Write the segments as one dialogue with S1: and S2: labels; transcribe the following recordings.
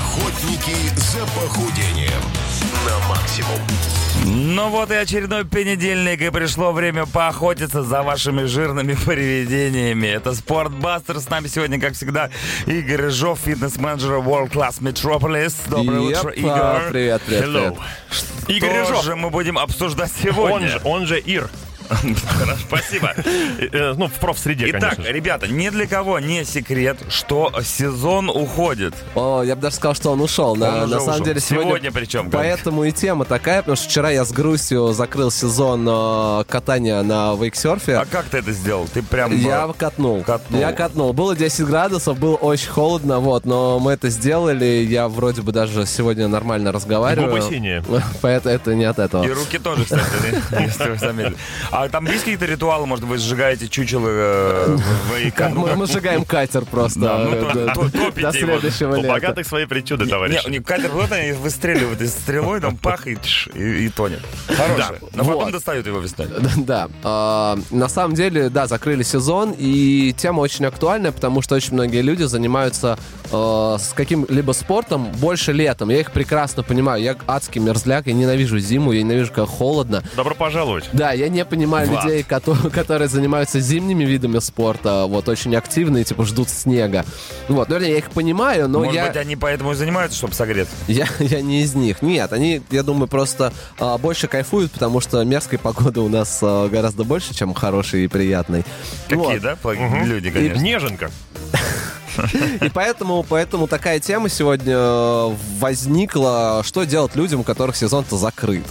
S1: Охотники за похудением на максимум.
S2: Ну вот и очередной понедельник, и пришло время поохотиться за вашими жирными привидениями. Это Спортбастер, с нами сегодня, как всегда, Игорь Рыжов, фитнес-менеджер World Class Metropolis. Доброе утро,
S3: Япа,
S2: Игорь.
S3: а, Привет, привет,
S4: Hello.
S3: привет.
S4: Игорь
S2: Что
S4: Рыжов.
S2: же мы будем обсуждать сегодня?
S4: Он же, он же Ир.
S2: Хорошо, Спасибо.
S4: Э, э, Ну, в профсреде,
S2: Итак,
S4: конечно же.
S2: ребята, ни для кого не секрет, что сезон уходит.
S3: О, я бы даже сказал, что он ушел.
S2: Он уже
S3: На, А, на самом
S2: ушел.
S3: деле сегодня...
S2: Сегодня причем, как.
S3: Поэтому и тема такая, потому что вчера я с грустью закрыл сезон э, катания на вейксерфе.
S2: А как ты это сделал? Ты прям...
S3: Я
S2: э,
S3: катнул.
S2: Катнул.
S3: Я катнул. Было 10 градусов, было очень холодно, вот, но мы это сделали. Я вроде бы даже сегодня нормально разговариваю.
S4: Губы синие.
S3: Поэтому это не от этого.
S2: И руки тоже, кстати, если вы заметили. А там есть какие-то ритуалы, может, вы сжигаете чучело э, в вейках?
S3: Мы, мы сжигаем катер просто
S2: Да, ну,
S3: э,
S2: то-
S3: до,
S2: то- топите
S3: до
S2: его.
S3: следующего
S4: У
S3: лета.
S4: богатых свои причуды, товарищи.
S2: Не, не, катер плотно и выстреливает из стрелой, там пах и, тш, и, и тонет. Хороший. Но потом
S3: Вот.
S2: достают его весной.
S3: Да. А, На самом деле, да, закрыли сезон, и тема очень актуальная, потому что очень многие люди занимаются э, с каким-либо спортом больше летом. Я их прекрасно понимаю. Я адский мерзляк, я ненавижу зиму, я ненавижу, как холодно.
S4: Добро пожаловать.
S3: Да, я не понимаю
S2: В ад.
S3: людей, кото- которые занимаются зимними видами спорта, вот, очень активные, типа, ждут снега. Вот, ну, вернее, я их понимаю, но
S2: Может
S3: я...
S2: быть, они поэтому и занимаются, чтобы согреться.
S3: Я, я не из них. Нет, они, я думаю, просто а, больше кайфуют, потому что мерзкой погоды у нас а, гораздо больше, чем хорошей и приятной.
S2: Какие,
S3: Вот.
S2: да, пла- люди, конечно.
S4: Неженка.
S3: И поэтому, поэтому такая тема сегодня э, возникла, что делать людям, у которых сезон-то закрыт.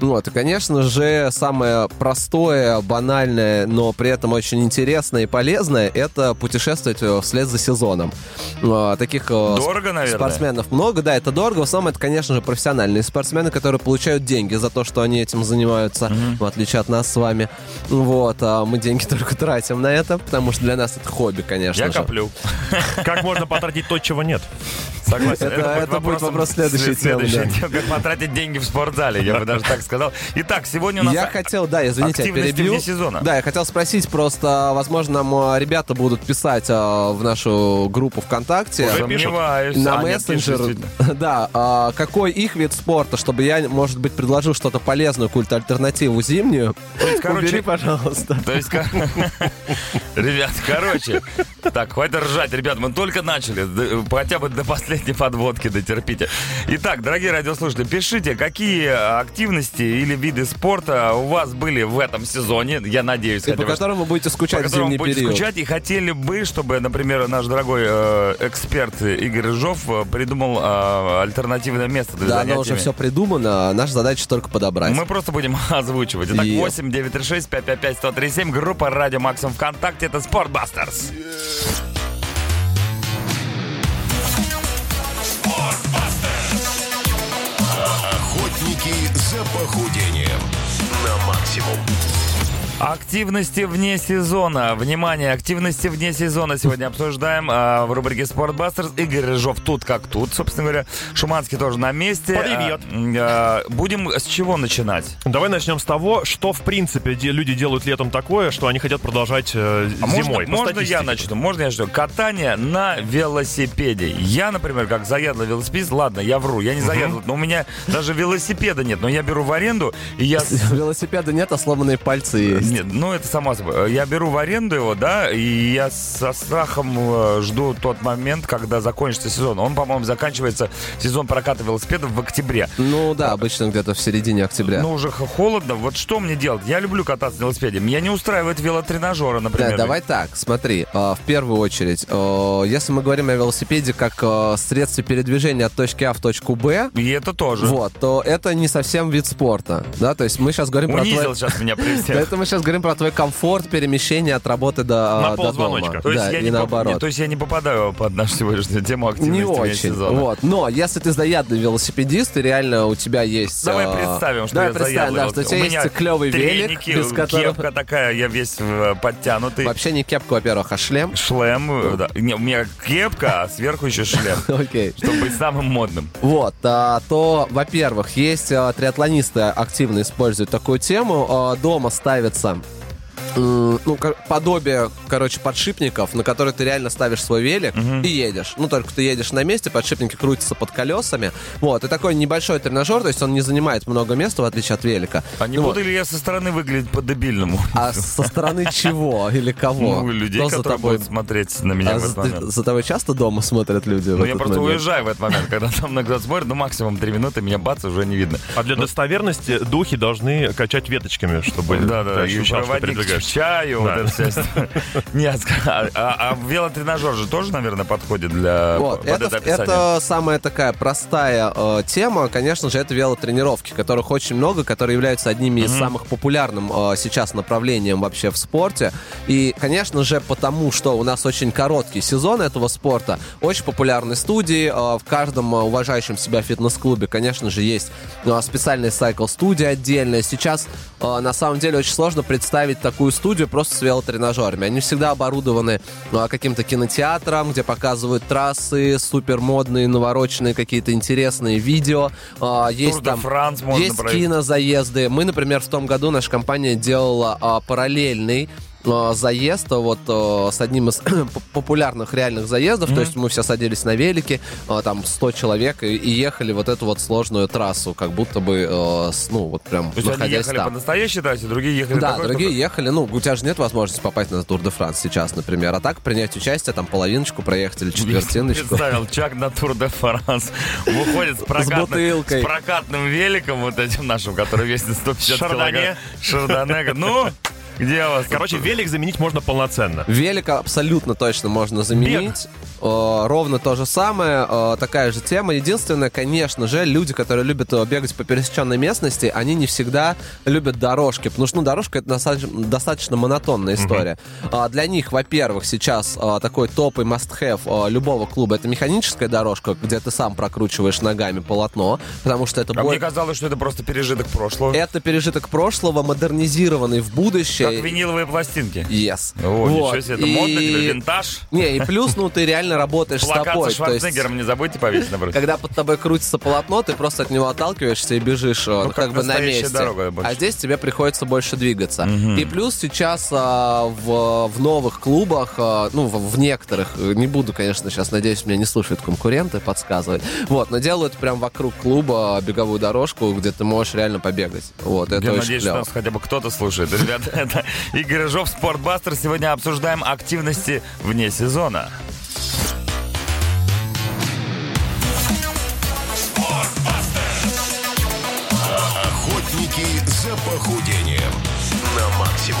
S3: Вот, и, конечно же, самое простое, банальное, но при этом очень интересное и полезное, это путешествовать э, вслед за сезоном. Э, Таких э, сп-
S2: Дорого, наверное.
S3: спортсменов много, да, это дорого. В основном это, конечно же, профессиональные спортсмены, которые получают деньги за то, что они этим занимаются, в отличие от нас с вами. Вот, а мы деньги только тратим на это, потому что для нас это хобби, конечно
S2: Я
S3: же.
S2: коплю.
S4: Как можно потратить то, чего нет?
S2: Согласен.
S3: Это- это будет вопрос следующей темы,
S2: следующей
S3: да.
S2: темы, Как потратить деньги в спортзале, я бы даже так сказал. Итак, сегодня у нас...
S3: Я хотел, да, извините, я
S2: активности
S3: перебью.
S2: вне сезона.
S3: Да, я хотел спросить просто, возможно, нам э, ребята будут писать э, в нашу группу ВКонтакте.
S4: Уже пишут.
S2: Сомневаюсь.
S3: На
S2: А, нет,
S3: мессенджер,
S2: пишут, действительно.
S3: да, а, какой их вид спорта, чтобы я, может быть, предложил что-то полезное, какую-то альтернативу зимнюю.
S2: Ну, короче-
S3: Убери, пожалуйста.
S2: То есть, ко- ребят, короче, так, хватит ржать, ребят, мы только начали, Д- хотя бы до последней подводки дотерпите. Итак, дорогие радиослушатели, пишите, какие активности или виды спорта у вас были в этом сезоне, я надеюсь,
S3: И
S2: хотя
S3: по
S2: бы, что-
S3: которому вы будете
S2: по
S3: скучать в
S2: которому
S3: зимний
S2: будете
S3: период.
S2: скучать, и хотели бы, чтобы, например, наш дорогой э, эксперт Игорь Рыжов э, придумал э, альтернативное место для
S3: Да,
S2: занятий.
S3: оно уже все придумано, а наша задача только подобрать.
S2: Мы просто будем озвучивать. Итак,
S3: Е.
S2: 8 936 555 1037 группа Радио Максим ВКонтакте. Это Спортбастерс.
S1: Охотники за похудением на максимум.
S2: Активности вне сезона. Внимание, активности вне сезона сегодня обсуждаем а, в рубрике Спортбастерс. Игорь Рыжов тут как тут, собственно говоря. Шуманский тоже на месте.
S4: Привет.
S2: А, а, будем с чего начинать?
S4: Давай начнем с того, что, в принципе, де- люди делают летом такое, что они хотят продолжать э,
S2: А Можно,
S4: зимой. По
S2: можно я
S4: статистике.
S2: начну? Можно я начну? Катание на велосипеде. Я, например, как заядлый велосипедист, ладно, я вру, я не заядлый, но у меня даже велосипеда нет, но я беру в аренду, и я... с-
S3: Велосипеда нет, а сломанные пальцы есть.
S2: Нет, ну это само собой. Я беру в аренду его, да, и я со страхом э, жду тот момент, когда закончится сезон. Он, по-моему, заканчивается сезон проката велосипедов в октябре.
S3: Ну да, обычно где-то в середине октября.
S2: Ну уже х- холодно. Вот что мне делать? Я люблю кататься на велосипеде. Меня не устраивает велотренажера,
S3: Да,
S2: например.
S3: давай так, смотри, э, в первую очередь, э, если мы говорим о велосипеде как э, средстве передвижения от точки А в точку Б,
S2: И это тоже.
S3: вот, то это не совсем вид спорта, да, то есть мы сейчас говорим про
S2: Унизил
S3: твой...
S2: сейчас меня при всех.
S3: Это мы сейчас говорим про твой комфорт перемещения от работы до,
S4: На
S3: э, до дома.
S4: ползвоночка.
S2: То есть,
S3: да,
S2: я
S3: и
S2: не поп-
S3: наоборот.
S2: не- то есть я не попадаю под нашу сегодняшнюю тему активности
S3: не
S2: вне
S3: очень.
S2: сезона.
S3: Вот. Но если ты заядлый велосипедист, и реально у тебя есть...
S2: Давай
S3: э,
S2: представим, что
S3: давай
S2: я
S3: представим,
S2: заядлый.
S3: да, что у
S2: Вот
S3: тебя
S2: меня
S3: есть клевый велик,
S2: треники,
S3: без которого...
S2: кепка такая, я весь э, подтянутый.
S3: Вообще не кепка, во-первых, а шлем.
S2: Шлем, э, да. Не, у меня кепка, а сверху еще шлем.
S3: Окей.
S2: Чтобы быть самым модным.
S3: Вот, а, то, во-первых, есть а, триатлонисты активно используют такую тему. А, дома ставится м, ну, кор- подобие, короче, подшипников, на которые ты реально ставишь свой велик и едешь. Ну, только ты едешь на месте, подшипники крутятся под колесами. Вот, и такой небольшой тренажер, то есть он не занимает много места, в отличие от велика.
S2: А не
S3: Ну,
S2: буду ли я со стороны выглядеть по-дебильному?
S3: А со стороны чего или кого?
S2: Ну, людей,
S3: Кто за
S2: которые
S3: тобой?
S2: будут смотреть на меня
S3: А
S2: в этот момент.
S3: за, за тобой часто дома смотрят люди? в
S2: Ну, я
S3: этот
S2: просто
S3: момент?
S2: уезжаю в этот момент, когда там на глаз смотрят, ну, максимум 3 минуты, меня бац, уже не видно.
S4: А для достоверности духи должны качать веточками, чтобы
S2: Да,
S4: ты
S2: да, и
S4: ощущал, что
S2: проводник к
S4: передвигаешься.
S2: чаю, вот
S4: Да.
S2: это вся история. Нет, а, а- а велотренажер же тоже, наверное, подходит для
S3: Вот,
S2: э, под
S3: это,
S2: это описание?
S3: это самая такая простая э, тема, конечно же, это велотренировки, которых очень много, которые являются одними из самых популярным э, сейчас направлением вообще в спорте. И, конечно же, потому что у нас очень короткий сезон этого спорта, очень популярны студии, э, в каждом э, уважающем себя фитнес-клубе, конечно же, есть э, специальная сайкл-студия отдельная. Сейчас, э, на самом деле, очень сложно представить такую студию просто с велотренажерами. Они всегда оборудованы э, каким-то кинотеатром, где показывают трассы, супер модные, навороченные какие-то интересные видео. Э, Есть
S2: де
S3: там
S2: Франс можно
S3: есть
S2: проехать.
S3: кинозаезды. Мы, например, в том году наша компания делала а, параллельный а, заезд а, вот а, с одним из популярных реальных заездов, то есть мы все садились на велики, а, там 100 человек и, и ехали вот эту вот сложную трассу, как будто бы э, с- ну вот прям
S2: То есть они
S3: находясь
S2: ехали по
S3: там.
S2: настоящей трассе, другие ехали
S3: Да,
S2: такой,
S3: другие
S2: чтобы-
S3: ехали, ну, у тебя же нет возможности попасть на Тур де Франс сейчас, например, а так принять участие, там половиночку проехать или четвертиночку.
S2: Представил, Чак на Тур де Франс выходит с, прокатным,
S3: бутылкой.
S2: с прокатным великом вот этим нашим, который весит 150
S4: Шардоне.
S2: килограмм. Шардоне. говорит, Ну, где у вас?
S4: Короче, велик заменить можно полноценно.
S3: Велик абсолютно точно можно заменить. Э, Ровно то же самое, э, такая же тема. Единственное, конечно же, люди, которые любят э, бегать по пересеченной местности, они не всегда любят дорожки, потому что ну, дорожка это достаточно, достаточно монотонная история. А, Для них, во-первых, сейчас э, такой топ и must-have э, любого клуба это механическая дорожка, где ты сам прокручиваешь ногами полотно, потому что это
S2: А мне
S3: боль-
S2: казалось, что это просто пережиток прошлого.
S3: Это пережиток прошлого, модернизированный в будущее.
S2: Как виниловые пластинки.
S3: Yes.
S2: О,
S3: Вот.
S2: ничего себе, это
S3: И-
S2: модно, теперь винтаж.
S3: не, и плюс, ну, ты реально работаешь с
S2: Плакат со
S3: тобой. То есть,
S2: Шварценеггером не забудьте повесить напротив.
S3: когда под тобой крутится полотно, ты просто от него отталкиваешься и бежишь э,
S2: Ну, как
S3: как, бы на
S2: настоящая
S3: месте.
S2: дорога больше.
S3: А здесь тебе приходится больше двигаться. И плюс сейчас а, в, в новых клубах, а, ну, в, в некоторых, э, не буду, конечно, сейчас, надеюсь, меня не слушают конкуренты, подсказывать. Вот, но делают прям вокруг клуба беговую дорожку, где ты можешь реально побегать. Вот, это
S2: Я
S3: очень
S2: надеюсь,
S3: клево.
S2: что нас хотя бы кто-то слушает. Ребята, это Игорь Рыжов, Спортбастер. Сегодня обсуждаем активности вне сезона.
S1: Охотники за похудением на максимум.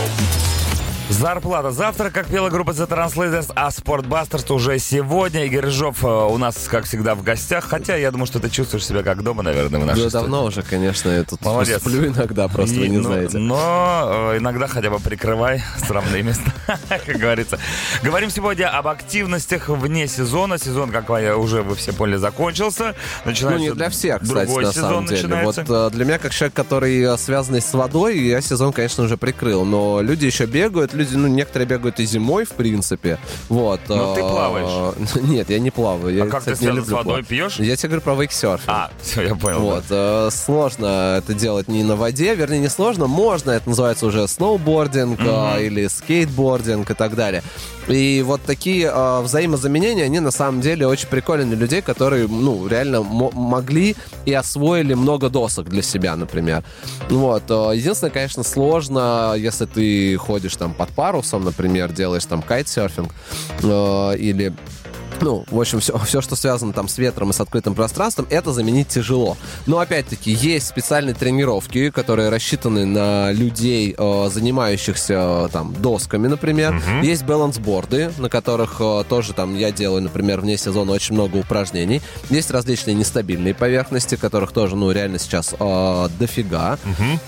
S2: Зарплата завтра, как пела группа The Translators, а Спортбастерс уже сегодня. Игорь Рыжов э, у нас, как всегда, в гостях. Хотя я думаю, что ты чувствуешь себя как дома, наверное, в нашей
S3: Да
S2: студии.
S3: давно уже, конечно, я тут
S2: Молодец.
S3: сплю иногда, просто вы
S2: И,
S3: не
S2: ну,
S3: знаете.
S2: Но э, иногда хотя бы прикрывай срамные места, как говорится. Говорим сегодня об активностях вне сезона. Сезон, как вы- уже вы все поняли, закончился.
S3: Ну,
S2: Начинается
S3: не для всех, кстати,
S2: другой
S3: на
S2: сезон
S3: самом деле.
S2: начинается.
S3: Вот э, для меня, как человек, который э, связанный с водой, я сезон, конечно, уже прикрыл. Но люди еще бегают, люди, ну, некоторые бегают и зимой, в принципе. Вот.
S2: Но Ну, ты
S3: э,
S2: плаваешь.
S3: Нет, я не плаваю. Я,
S2: А как ты
S3: кстати, не
S2: связан с
S3: люблю
S2: водой?
S3: плавать.
S2: Пьешь?
S3: Я тебе говорю про вейксерфинг.
S2: А, все, я понял.
S3: Вот, э, сложно это делать не на воде, вернее, не сложно, можно, это называется уже сноубординг э, или скейтбординг и так далее. И вот такие э, взаимозаменения, они на самом деле очень прикольны для людей, которые, ну, реально мо- могли и освоили много досок для себя, например. Вот, э, единственное, конечно, сложно, если ты ходишь там под парусом, например, делаешь там кайтсерфинг э, или ну, в общем, все, все, что связано там с ветром и с открытым пространством, это заменить тяжело. Но опять-таки есть специальные тренировки, которые рассчитаны на людей, э, занимающихся э, там досками, например. Есть балансборды, на которых э, тоже там я делаю, например, вне сезона очень много упражнений. Есть различные нестабильные поверхности, которых тоже, ну, реально сейчас э, дофига.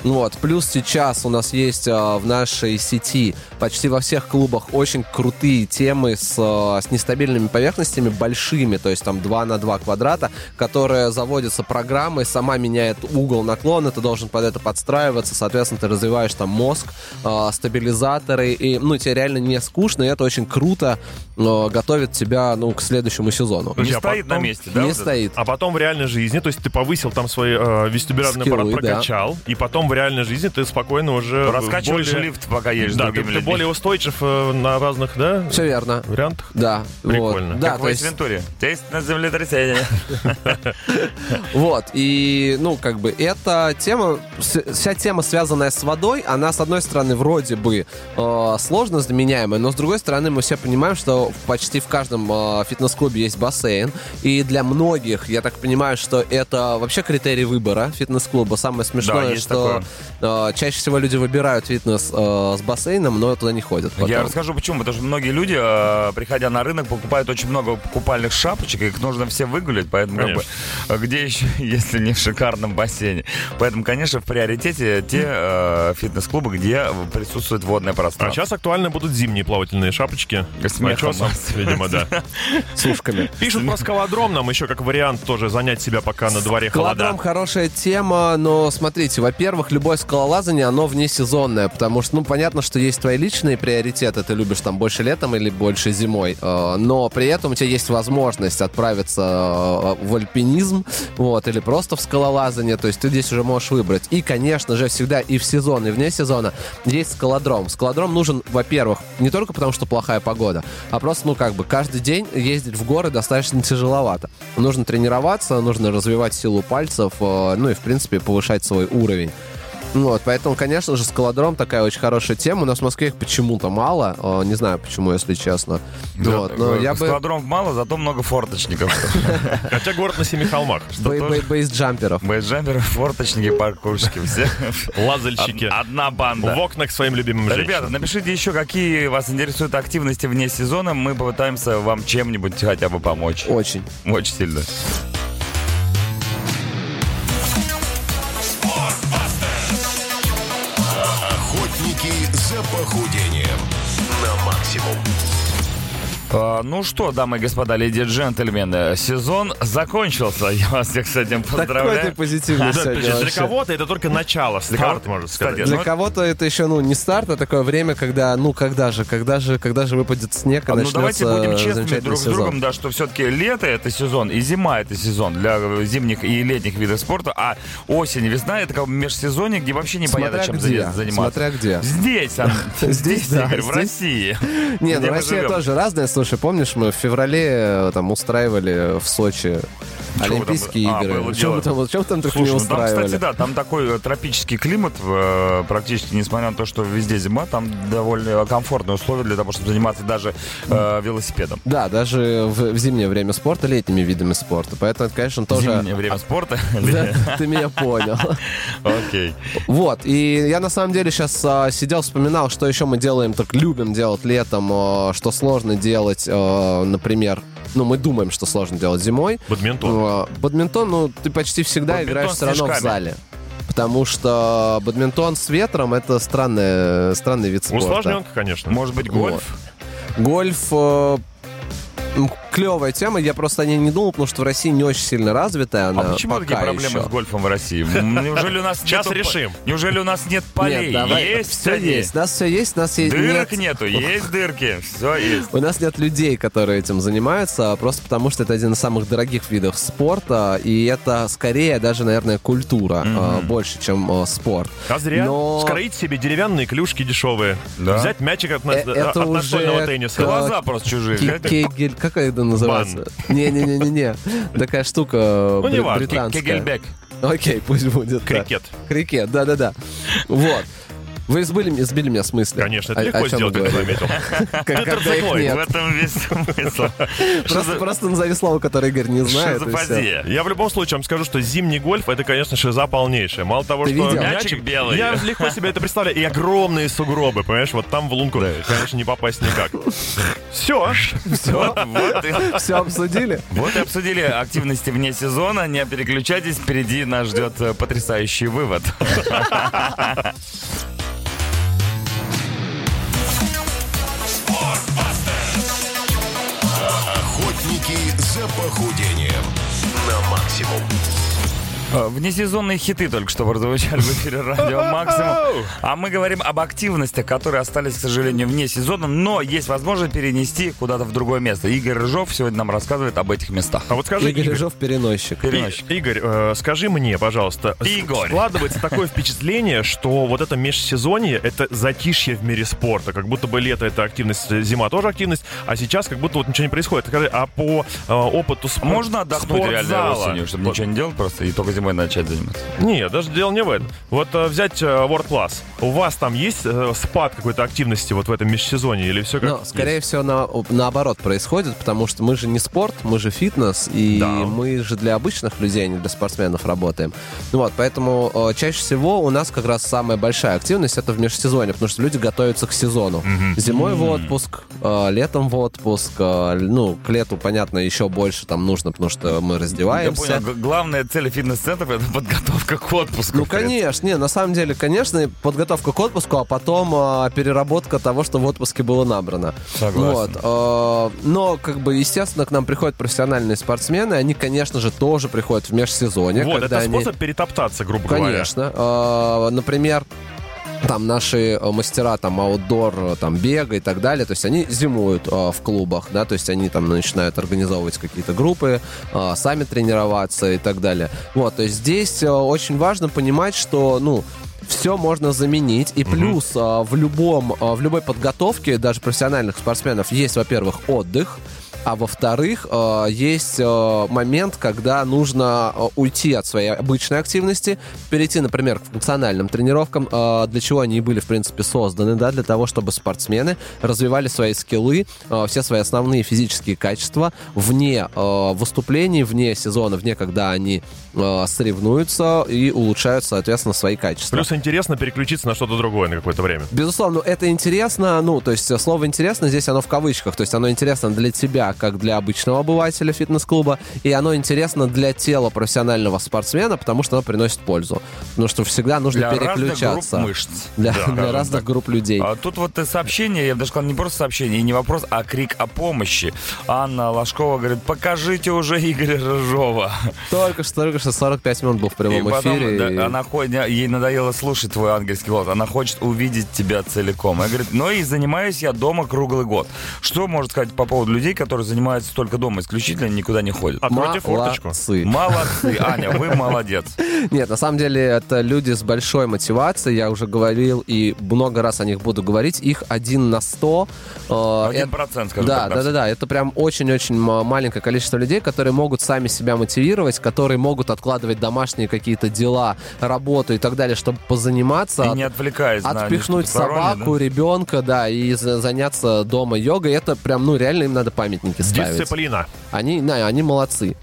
S3: Вот. Плюс сейчас у нас есть э, в нашей сети почти во всех клубах очень крутые темы а, с, э, с нестабильными поверхностями местностями большими, то есть там 2 на 2 квадрата, которые заводятся программой, сама меняет угол наклона, ты должен под это подстраиваться, соответственно, ты развиваешь там мозг, э, стабилизаторы, и, ну, тебе реально не скучно, и это очень круто э, готовит тебя, ну, к следующему сезону.
S2: Не
S4: Друзья,
S2: стоит ну, на
S4: потом-
S2: месте, да? вот
S3: Не
S2: это?
S3: стоит.
S4: А потом в реальной жизни, то есть ты повысил там свой э, вестибулярный аппарат,
S3: Скиллы, да.
S4: прокачал, и потом в реальной жизни ты спокойно уже...
S2: Раскачиваешь
S4: более-
S2: лифт, пока едешь с
S4: Да, ты,
S2: другими
S4: ты
S2: людьми.
S4: более устойчив э, на разных, да,
S3: Все верно.
S4: вариантах.
S3: Да,
S4: Прикольно.
S3: вот. Да,
S2: Как
S3: то
S2: в
S3: есть,
S2: Эсвентуре. Тесть на землетрясение.
S3: вот, и, ну, как бы, эта тема, с- вся тема, связанная с водой, она, с одной стороны, вроде бы э, сложно заменяемая, но, с другой стороны, мы все понимаем, что в- почти в каждом э, фитнес-клубе есть бассейн, и для многих, я так понимаю, что это вообще критерий выбора фитнес-клуба. Самое смешное,
S2: есть
S3: что э, чаще всего люди выбирают фитнес э, с бассейном, но туда не ходят потом.
S2: Я расскажу почему. Потому что многие люди, э, приходя на рынок, покупают очень много купальных шапочек, и их нужно все выгулять, поэтому как бы, э, где еще, если не в шикарном бассейне. Поэтому, конечно, в приоритете те э, фитнес-клубы, где присутствует водное
S4: А
S2: пространство.
S4: сейчас актуальны будут зимние плавательные шапочки.
S2: С мехом.
S4: начесом, видимо, да.
S3: с ушками.
S4: Пишут про скалодром нам еще как вариант тоже занять себя, пока на дворе
S3: Скалодром
S4: холода.
S3: хорошая тема, но смотрите, во-первых, любое скалолазание, оно внесезонное, потому что, ну, понятно, что есть твои личные приоритеты, ты любишь там больше летом или больше зимой, э, но при этом у тебя есть возможность отправиться э, в альпинизм, вот, или просто в скалолазание, то есть ты здесь уже можешь выбрать. И, конечно же, всегда и в сезон, и вне сезона есть скалодром. Скалодром нужен, во-первых, не только потому, что плохая погода, а просто, ну, как бы, каждый день ездить в горы достаточно тяжеловато. Нужно тренироваться, нужно развивать силу пальцев, э, ну и, в принципе, повышать свой уровень. Ну Вот, поэтому, конечно же, скалодром такая очень хорошая тема. У нас в Москве их почему-то мало. Э, Не знаю, почему, если честно. Вот, но
S2: Э,
S3: ну, я бы...
S2: Скалодромов мало, зато много форточников.
S4: Хотя город на семи холмах.
S3: бей- бей- Бейсджамперов.
S2: Бейджамперы, форточники, паркурщики, все.
S4: Лазальщики.
S2: Одна банда.
S4: В окна к своим любимым женщинам.
S2: Ребята, напишите еще, какие вас интересуют активности вне сезона. Мы попытаемся вам чем-нибудь хотя бы помочь.
S3: Очень.
S2: Очень сильно.
S1: Охотники за похудением на максимум.
S2: А, ну что, дамы и господа, леди и джентльмены, сезон закончился. Я вас всех с этим
S3: Такой ты
S2: поздравляю.
S3: позитивный
S4: Да,
S3: сегодня
S4: причем Для
S3: вообще.
S4: кого-то это только начало, старт,
S2: кого-то,
S4: можно
S2: кстати,
S4: сказать.
S3: Для
S2: Ну,
S3: кого-то это еще, ну, не старт, а такое время, когда, ну, когда же, когда же, когда же выпадет снег, и
S2: Ну
S3: начнется
S2: давайте будем честными
S3: замечательный
S2: друг с
S3: сезон.
S2: другом, да, что все-таки лето это сезон, и зима это сезон для э, зимних и летних видов спорта, а осень и весна это как бы межсезонье, где вообще непонятно,
S3: Смотря
S2: чем
S3: где,
S2: заня- заниматься.
S3: смотря где.
S2: Здесь, Ан-
S3: Здесь, да,
S2: я говорю, в
S3: здесь.
S2: России.
S3: Не,
S2: где
S3: ну
S2: мы
S3: Россия
S2: живем.
S3: тоже разная. Слушай, помнишь, мы в феврале э, там устраивали в Сочи
S2: там было?
S3: Олимпийские
S2: А,
S3: игры.
S2: было
S3: Чем
S2: дело.
S3: мы там, чем там только не
S2: Слушай, ну там,
S3: устраивали?
S2: кстати, да, там такой э, тропический климат, э, практически, несмотря на то, что везде зима, там довольно э, комфортные условия для того, чтобы заниматься даже э, велосипедом.
S3: Да, даже в, в зимнее время спорта, летними видами спорта. Поэтому, это, конечно, тоже...
S2: Зимнее время спорта.
S3: Да, ты меня понял.
S2: Окей.
S3: Вот, и я на самом деле сейчас сидел, вспоминал, что еще мы делаем, так любим делать летом, а, что сложно делать, а, например, ну, мы думаем, что сложно делать зимой.
S4: Бадминтон.
S3: А, Бадминтон, ну, ты почти всегда
S2: Бадминтон
S3: играешь
S2: с
S3: все равно в
S2: снежками.
S3: зале. Потому что бадминтон с ветром это странный, странный вид спорта.
S4: Усложненка, конечно.
S2: Может быть, гольф?
S3: Гольф клевая тема. Я просто о ней не думал, потому что в России не очень сильно развитая она.
S2: А почему
S3: пока
S2: такие проблемы
S3: еще.
S2: с гольфом в России? М, Неужели у нас
S4: Сейчас
S2: нету-
S4: решим.
S2: Неужели у нас нет полей?
S3: Нет, давай.
S2: Есть
S3: все
S2: они.
S3: есть. У нас все есть, у нас есть.
S2: Дырок
S3: нет.
S2: нету, есть дырки, все есть.
S3: У нас нет людей, которые этим занимаются, а просто потому что это один из самых дорогих видов спорта, и это скорее даже, наверное, культура а, больше, чем а, спорт.
S4: А зря.
S3: Но-
S4: Скроить себе деревянные клюшки дешевые.
S2: Да.
S4: Взять мячик от,
S3: Э,
S4: нас-
S3: это
S4: от настольного
S3: уже
S4: тенниса.
S3: класс.
S2: Глаза просто чужие.
S3: Ке- Кегель, как это называется? Не-не-не-не-не. Такая штука э,
S4: Ну,
S3: бри-
S4: неважно.
S3: британская.
S2: Кегельбек.
S3: Окей, пусть будет. да.
S4: Крикет.
S3: Крикет, да-да-да. Вот. Вы избыли, сбили меня с мысли.
S4: Конечно,
S3: О-
S4: это
S3: А- о
S4: легко
S3: чем мы
S4: сделать, как ты
S3: говорили?
S4: заметил.
S3: Как- Когда их
S4: Ой,
S2: В
S3: нет.
S2: этом весь смысл. Что
S3: Просто,
S2: за-
S3: просто назови слово, которое Игорь не знает. и всё.
S2: Шизофазия.
S4: Я в любом случае вам скажу, что зимний гольф это, конечно, шиза полнейшая. Мало того,
S3: Ты
S4: что
S3: видел?
S2: Мячик белый.
S4: Я легко себе это представляю. И огромные сугробы, понимаешь, вот там в лунку, конечно, не попасть никак. Все.
S2: Вот, вот и-
S3: Все обсудили?
S2: вот и обсудили активности вне сезона. Не переключайтесь, впереди нас ждет э, потрясающий вывод.
S1: Охотники похудением на максимум.
S2: Э, Внесезонные хиты только что прозвучали в эфире радио Максимум. А мы говорим об активностях, которые остались, к сожалению, вне сезона, но есть возможность перенести их куда-то в другое место. Игорь Рыжов сегодня нам рассказывает об этих местах.
S4: А вот скажи,
S3: Игорь
S4: Игорь,
S3: Рыжов переносчик.
S2: Переносчик.
S4: И- Игорь, э, скажи мне, пожалуйста, с-
S2: Игорь.
S4: складывается такое впечатление, что вот это межсезонье — это затишье в мире спорта. Как будто бы лето — это активность, э, зима тоже активность, а сейчас как будто вот ничего не происходит. Скажи, а по э, опыту спор-
S2: Можно отдохнуть реально
S4: спортзала?
S2: осенью, чтобы
S4: Вот-
S2: ничего не делать просто и только зимой начать заниматься?
S4: Нет, даже дело не в этом. Вот э, взять э, World Class. У вас там есть э, спад какой-то активности вот в этом межсезонье или все как
S3: Но,
S4: есть?
S3: Ну, скорее всего, на- наоборот происходит, потому что мы же не спорт, мы же фитнес, и
S4: Да.
S3: мы же для обычных людей, а не для спортсменов работаем. Ну вот, поэтому э, чаще всего у нас как раз самая большая активность это в межсезонье, потому что люди готовятся к сезону. Зимой в отпуск, э, летом в отпуск, э, ну, к лету, понятно, еще больше там нужно, потому что мы
S2: Я
S3: раздеваемся.
S2: понял, г- главная цель фитнес-центров — это подготовка к отпуску.
S3: Ну,
S2: в принципе.
S3: конечно, не, на самом деле, конечно, подготовка к отпуску, а потом а, переработка того, что в отпуске было набрано.
S2: Согласен.
S3: Вот, а, но, как бы, естественно, к нам приходят профессиональные спортсмены, они, конечно же, тоже приходят в межсезонье.
S4: Вот,
S3: когда
S4: это
S3: они-
S4: способ перетоптаться, грубо говоря.
S3: Конечно. А, например, там наши э, мастера, там, аутдор, э, там, бега и так далее, то есть они зимуют э, в клубах, да, то есть они там начинают организовывать какие-то группы, э, сами тренироваться и так далее. Вот, то есть здесь э, очень важно понимать, что, ну, все можно заменить. И плюс а, в, любом, а, в любой подготовке, даже профессиональных спортсменов, есть, во-первых, отдых, а во-вторых, а, есть а, момент, когда нужно а, уйти от своей обычной активности, перейти, например, к функциональным тренировкам, а, для чего они и были, в принципе, созданы, да, для того, чтобы спортсмены развивали свои скиллы, а, все свои основные физические качества вне а, выступлений, вне сезона, вне когда они а, соревнуются и улучшают, соответственно, свои качества.
S4: Плюс интересно переключиться на что-то другое на какое-то время.
S3: Безусловно, это интересно, ну, то есть э, слово «интересно» здесь оно в кавычках, то есть оно интересно для тебя, как для обычного обывателя фитнес-клуба, и оно интересно для тела профессионального спортсмена, потому что оно приносит пользу. Потому что всегда нужно
S2: Для разных групп
S3: переключаться.
S2: мышц.
S3: Для,
S2: Да,
S3: для
S2: скажем
S3: разных групп людей.
S2: А Тут вот э, сообщение, я бы даже сказал, не просто сообщение, и не вопрос, а крик о помощи. Анна Ложкова говорит, покажите уже Игоря Рыжова.
S3: Только что, только что 45 минут был в
S2: И
S3: прямом
S2: потом
S3: эфире.
S2: да,
S3: и-
S2: она ходит, ей надоело слушать твой ангельский голос, она хочет увидеть тебя целиком. Она говорит, ну и занимаюсь я дома круглый год. Что может сказать по поводу людей, которые занимаются только дома исключительно, никуда не ходят?
S3: А,
S4: Откройте форточку.
S3: Молодцы.
S2: Молодцы, Аня, вы молодец.
S3: Нет, на самом деле это люди с большой мотивацией. Я уже говорил и много раз о них буду говорить. Их один на сто. э,
S2: Один
S3: это-
S2: процент, скажем
S3: да,
S2: так.
S3: да, да, да. Это прям очень-очень ма- маленькое количество людей, которые могут сами себя мотивировать, которые могут откладывать домашние какие-то дела, работу и так далее, чтобы позаниматься.
S2: И
S3: от-
S2: не отвлекаясь на
S3: Отпихнуть
S2: что-то постороннее,
S3: собаку,
S2: да?
S3: ребенка, да, и за- заняться дома йогой, это прям, ну, реально им надо памятники ставить.
S4: Дисциплина.
S3: Они, да, они молодцы.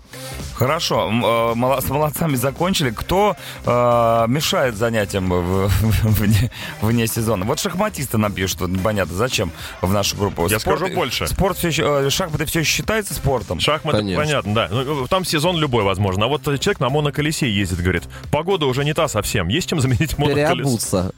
S2: Хорошо, м, э, моло- с молодцами закончили. Кто э, мешает занятиям в- в- вне, вне сезона? Вот шахматисты нам пишут, вот непонятно, зачем в нашу группу.
S4: Я скажу больше.
S2: Спорт все еще, э, шахматы все еще считается спортом?
S4: Шахматы,
S3: Конечно.
S4: понятно, да. Ну, Там сезон любой, возможно. А вот э, человек на моноколесе ездит, говорит, погода уже не та совсем. Есть чем заменить моноколесо?
S3: Переобуться.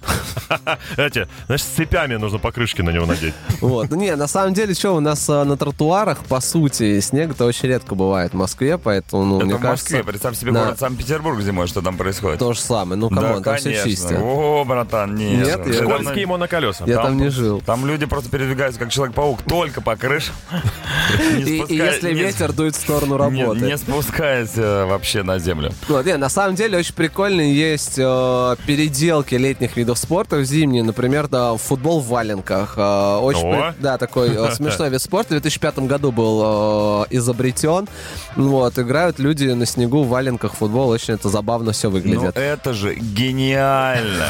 S4: Эти, значит, с цепями нужно покрышки на него надеть.
S3: Вот. Ну, Не, на самом деле, что у нас э, на тротуарах, по сути, снега-то очень редко бывает в Москве, поэтому, ну,
S2: Это
S3: мне
S2: в Москве.
S3: кажется,
S2: Представь себе
S3: да.
S2: город Санкт-Петербург зимой, что там происходит.
S3: то же самое. Ну,
S2: да,
S3: камон, там все
S2: конечно.
S3: чистят.
S2: О, братан, нет.
S3: Нет,
S2: Там-
S3: я-
S4: Скользкие моноколеса.
S3: Я там не жил.
S2: Там люди просто передвигаются, как Человек-паук, только по крышам. Не
S3: И, и
S2: спуская-
S3: если
S2: не-
S3: ветер дует в сторону
S2: не-
S3: работы.
S2: Не спускаясь э, вообще на землю.
S3: Вот, не, на самом деле очень прикольно есть э, переделки летних видов спорта в зимние, например, да, футбол в валенках. Э, очень
S4: О!
S3: при- да, такой э, смешной вид спорта. В 2005 году был э, изобретен. Вот, играют люди на снегу в валенках в футбол. Очень это забавно все
S2: Ну
S3: выглядит.
S2: это же гениально.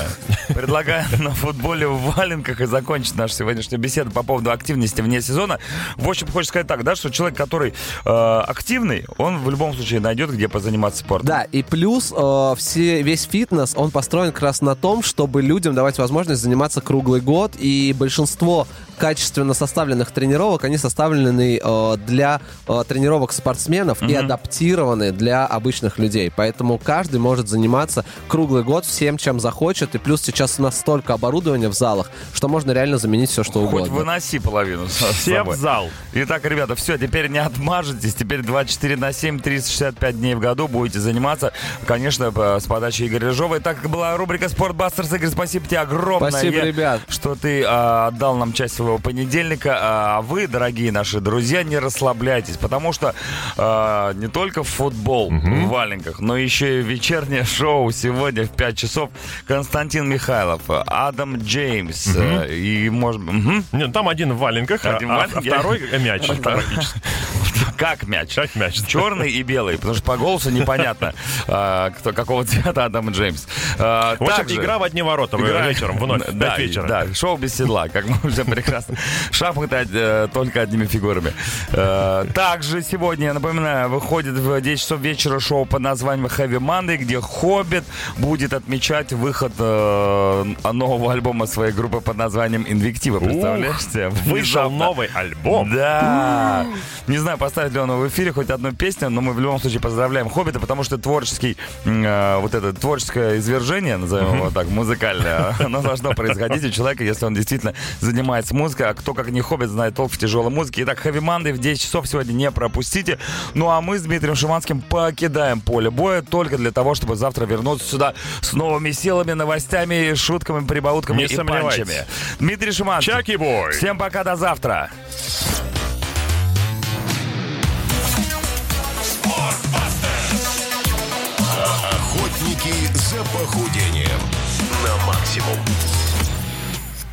S2: Предлагаю на футболе в валенках и закончить нашу сегодняшнюю беседу по поводу активности вне сезона. В общем, хочется сказать так, да, что человек, который э, активный, он в любом случае найдет, где позаниматься спортом.
S3: Да, и плюс э, все, весь фитнес, он построен как раз на том, чтобы людям давать возможность заниматься круглый год, и большинство качественно составленных тренировок, они составлены э, для э, тренировок спортсменов и адаптированы для обычных людей. Поэтому каждый может заниматься круглый год всем, чем захочет. И плюс сейчас у нас столько оборудования в залах, что можно реально заменить все, что
S2: Хоть
S3: угодно.
S2: выноси половину с с
S4: Все в
S2: собой.
S4: зал.
S2: Итак, ребята, все, теперь не отмажетесь. Теперь 24 на 7, 365 дней в году будете заниматься, конечно, по- с подачи Игоря Рыжова. И так как была рубрика «Спортбастерс», Игорь, спасибо тебе огромное.
S3: Спасибо, ребят.
S2: Что ты а, отдал нам часть своего понедельника. А вы, дорогие наши друзья, не расслабляйтесь, потому что а, не только футбол в валенках, но еще и вечернее шоу сегодня в 5 часов. Константин Михайлов, Адам Джеймс э, и, может быть, мгм.
S4: Не, ну там один в валенках, а-
S2: Один в
S4: а,
S2: валенке.
S4: второй мяч. Логически.
S2: Как мяч?
S4: Как мяч.
S2: Черный и белый, потому что по голосу непонятно, а, кто, какого цвета Адам Джеймс. А,
S4: В общем,
S2: также-
S4: игра в одни ворота
S2: Игра-
S4: вечером, вновь,
S2: да,
S4: да,
S2: и-
S4: вечера.
S2: Да, шоу без седла, как мы уже прекрасно. Шахматы э, только одними фигурами. Э, Также сегодня, я напоминаю, выходит в 10 часов вечера шоу под названием Heavy Monday, где Хоббит будет отмечать выход э, нового альбома своей группы под названием Инвектива. Представляешь себе?
S4: Вышел
S2: Внезапно.
S4: новый альбом.
S2: Да. Не знаю, поставит ли он в эфире хоть одну песню, но мы в любом случае поздравляем Хоббита, потому что творческий, м, э, вот это творческое извержение, назовем его так, музыкальное, оно должно происходить у человека, если он действительно занимается музыкой. А кто как не Хоббит знает толк в тяжелой музыке. Итак, Хэви Манды в 10 часов сегодня не пропустите. Ну а мы с Дмитрием Шиманским покидаем поле боя только для того, чтобы завтра вернуться сюда с новыми силами, новостями, шутками, прибаутками
S4: Не
S2: и
S4: сомневайтесь.
S2: панчами. Дмитрий Шиманский.
S4: Чаки-бой.
S2: Всем пока, до завтра.
S1: Охотники за похудением на максимум.